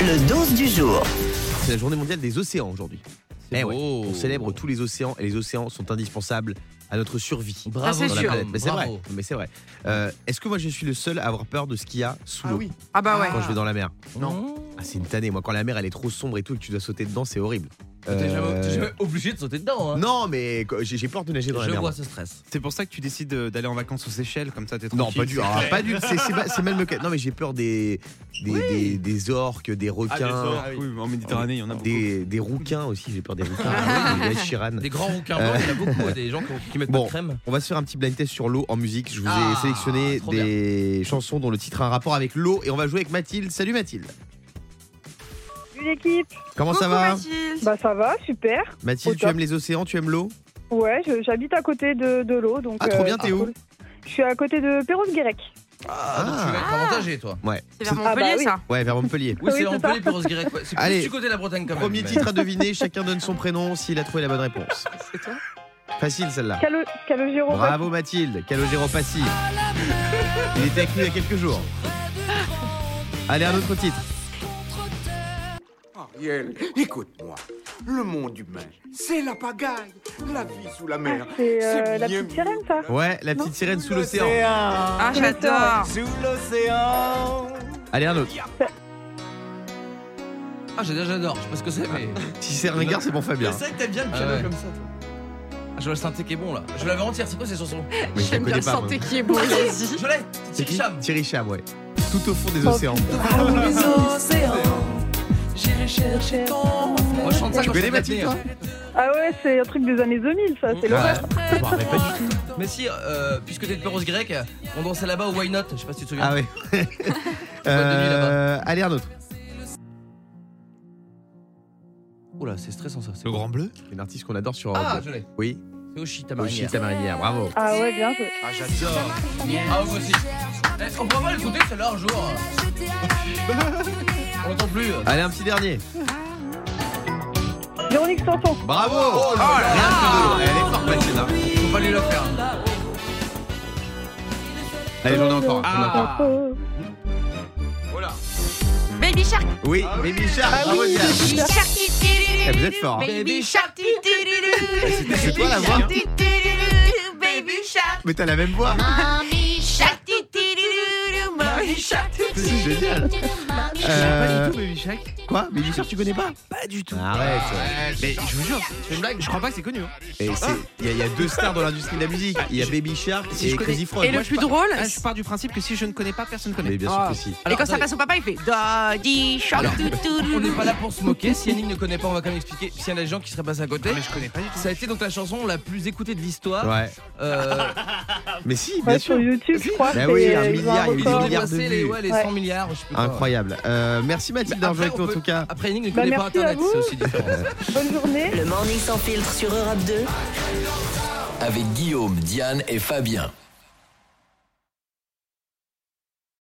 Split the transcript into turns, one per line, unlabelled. Le 12 du jour.
C'est la journée mondiale des océans aujourd'hui.
C'est
Eh
beau.
ouais, on célèbre tous les océans et les océans sont indispensables à notre survie.
Bravo,
Ça, c'est
Sur la
sûr.
planète. Mais c'est vrai.
Bravo.
Mais c'est vrai. Euh, Est-ce que moi je suis le seul à avoir peur de ce qu'il y a sous l'eau
Ah bah ouais.
quand je vais dans la mer
Non.
Ah, C'est une tannée. Moi, quand la mer elle est trop sombre et tout et que tu dois sauter dedans, c'est horrible.
T'es
Euh,
jamais, t'es jamais obligé de sauter dedans. Hein.
Non, mais quoi, j'ai j'ai peur de nager dans la
Je
mer.
vois
moi.
ce stress.
C'est pour ça que tu décides euh, d'aller en vacances aux Seychelles, comme ça t'es
Non,
tranquille.
pas du, ah, pas du. C'est c'est pas- c'est même le cas. Non, mais j'ai peur des des, des- des orques, des requins.
Ah, bien sûr. Oui, en Méditerranée, il y en a beaucoup.
Des, des rouquins aussi, j'ai peur des rouquins. Ah Des Ed Sheeran.
Des grands rouquins blancs, il y en a beaucoup. hein, Des gens qui, qui mettent
Euh. Bon.
pas de crème.
On va se faire un petit blind test sur l'eau en musique. Je vous
Ah,
ai sélectionné
trop
des chansons dont le titre a un rapport avec l'eau et on va jouer avec Mathilde. Salut Mathilde.
Salut l'équipe.
Comment
Coucou
ça va
Mathilde.
Bah ça va, super.
Mathilde,
Au
tu
top.
aimes les océans, tu aimes l'eau
Ouais, je- j'habite à côté de, de l'eau, donc. euh,
Ah, trop bien, t'es où
cool. Je suis à côté de Perros-Guirec.
Ah, donc tu vas être avantagé, toi.
Ah. Ouais.
C'est vers
bah
Montpellier
oui.
ça
Ouais, vers Montpellier.
Oui,
Oui,
c'est
c'est
un peu les Perros Guirec. ouais. C'est plus
Allez.
du côté de la Bretagne quand même.
Premier
mais-
titre à deviner, chacun donne son prénom s'il a trouvé la bonne réponse.
C'est toi
Facile celle-là.
Calo- Calogero.
Bravo Mathilde, Calogero Passi. Il était avec nous il y a quelques jours. Allez, un autre titre.
Ariel, écoute-moi. Le monde humain, c'est la pagaille. La vie sous la mer.
C'est euh,
C'est
la
bien
petite sirène, ça.
Ouais, la petite sirène sous l'océan.
Ah j'adore
Sous l'océan.
Allez, un autre.
Ah, j'adore, j'adore. Je sais pas ce que c'est, mais.
Si c'est ringard, c'est bon Fabien.
vrai que t'aimes bien le
piano
comme ça, Ah, je vois le synthé qui est bon là. Je l'avais entière, c'est quoi ces chansons
Mais je la
J'aime bien
connais
le
pas, moi.
santé qui est beau, vas-y.
Je l'ai
C'est qui
Cham.
Thierry Cham, ouais. Tout au fond des océans.
Moi, je chante ça
Tu
quand
connais
je fais de
Mathilde,
l'apnée,
toi
hein.
Ah ouais, c'est un truc des années 2000, ça. C'est
Mm.
l'horreur.
Ouais. Bon, mais pas du tout.
Mais si, euh, puisque t'es de Perros Grec, on dansait là-bas au Why Not. Je sais pas si tu te souviens.
Ah ouais.
nuit, là-bas.
Euh, allez, un autre.
Oula, c'est stressant ça. c'est-
Le Grand Bleu
Une artiste qu'on adore sur
Ah,
Europe.
je l'ai.
Oui,
C'est Oshita
Oshi
Marinière.
Tamarinière, bravo.
Ah ouais, bien joué.
Ah, j'adore.
Ah, moi aussi. Eh, on pourra pas l'écouter celle-là un jour. On l'entend plus.
Allez, un petit dernier.
Véronique Sanson.
Bravo Oh là là Elle est forte, Mathilde. hein.
Faut pas lui le faire.
Allez, j'en ai encore.
Ah,
j'en ai encore.
Oh,
Baby Shark
Ah Oui, Baby Shark, bravo, Diane.
Baby Shark
Eh, Vous êtes fort.
Baby Shark
Ah, C'est toi la voix
Baby Shark
Mais t'as la même voix.
Baby Shark Baby Shark
C'est génial.
Pas
Euh,
du tout, Baby Shark.
quoi Baby Shark, tu connais pas
Pas du tout.
Arrête.
Mais je vous jure, c'est une blague, je crois pas que c'est connu. hein.
Et c'est- Il y, a- il y a deux stars dans l'industrie de la musique. Il y a Baby Shark
Si
et Ah.
je connais-
Crazy Frog.
Et le
Moi, je
plus
pars-
drôle
Ah, je pars du principe que si je ne connais pas, personne ne connaît. Ah.
Mais bien sûr que si.
Et quand ça
attendez,
passe son papa il fait Daddy Shark
On n'est pas là pour se moquer. Si Yannick ne connaît pas, on va quand même expliquer. S'il y en a des gens qui seraient passés à
Ah,
côté.
Mais je connais pas du tout.
Ça a été donc la chanson la plus écoutée de l'histoire.
Ouais.
Euh,
Mais si, bien
ouais,
sûr.
sur YouTube, je crois.
Bah
c'est-
oui, un
ils ont
milliard, il y a eu des
ils ont
record.
milliards.
dépassé
de
les,
vues.
ouais, les
Ouais.
100 milliards, je sais plus quoi.
Incroyable. Euh, merci Mathilde
Mais
d'avoir joué
après,
avec nous
on
en
peut-
tout cas.
Après, Yannick ne
Bah,
connaît pas
merci à
Internet,
vous.
c'est aussi différent.
Bonne journée.
Le morning sans filtre sur Europe 2.
avec Guillaume, Diane et Fabien.